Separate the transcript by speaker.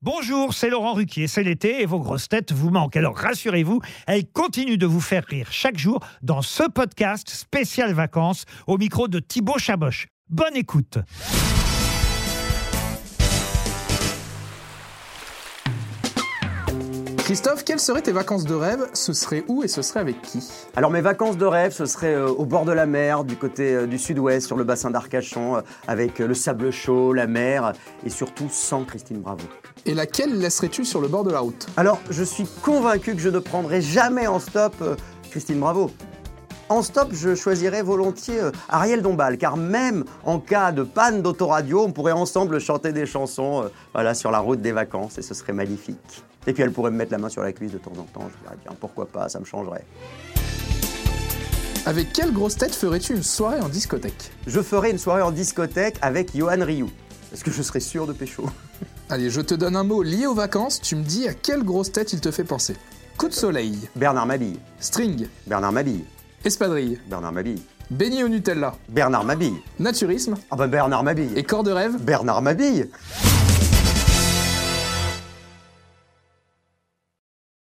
Speaker 1: Bonjour, c'est Laurent Ruquier, c'est l'été et vos grosses têtes vous manquent. Alors rassurez-vous, elles continuent de vous faire rire chaque jour dans ce podcast spécial vacances au micro de Thibaut Chaboch. Bonne écoute.
Speaker 2: Christophe, quelles seraient tes vacances de rêve Ce serait où et ce serait avec qui
Speaker 3: Alors mes vacances de rêve, ce serait euh, au bord de la mer, du côté euh, du sud-ouest, sur le bassin d'Arcachon, euh, avec euh, le sable chaud, la mer, et surtout sans Christine Bravo.
Speaker 2: Et laquelle laisserais-tu sur le bord de la route
Speaker 3: Alors je suis convaincu que je ne prendrai jamais en stop euh, Christine Bravo. En stop, je choisirais volontiers euh, Ariel Dombal, car même en cas de panne d'autoradio, on pourrait ensemble chanter des chansons euh, voilà, sur la route des vacances, et ce serait magnifique. Et puis elle pourrait me mettre la main sur la cuisse de temps en temps, je dirais bien pourquoi pas, ça me changerait.
Speaker 2: Avec quelle grosse tête ferais-tu une soirée en discothèque
Speaker 3: Je ferai une soirée en discothèque avec Johan Rioux, parce que je serai sûr de pécho.
Speaker 2: Allez, je te donne un mot lié aux vacances, tu me dis à quelle grosse tête il te fait penser. Coup de soleil,
Speaker 3: Bernard Mabille,
Speaker 2: string,
Speaker 3: Bernard Mabille,
Speaker 2: espadrille,
Speaker 3: Bernard Mabille,
Speaker 2: beignet au Nutella,
Speaker 3: Bernard Mabille.
Speaker 2: naturisme
Speaker 3: Ah ben Bernard Mabille.
Speaker 2: et corps de rêve
Speaker 3: Bernard Mabille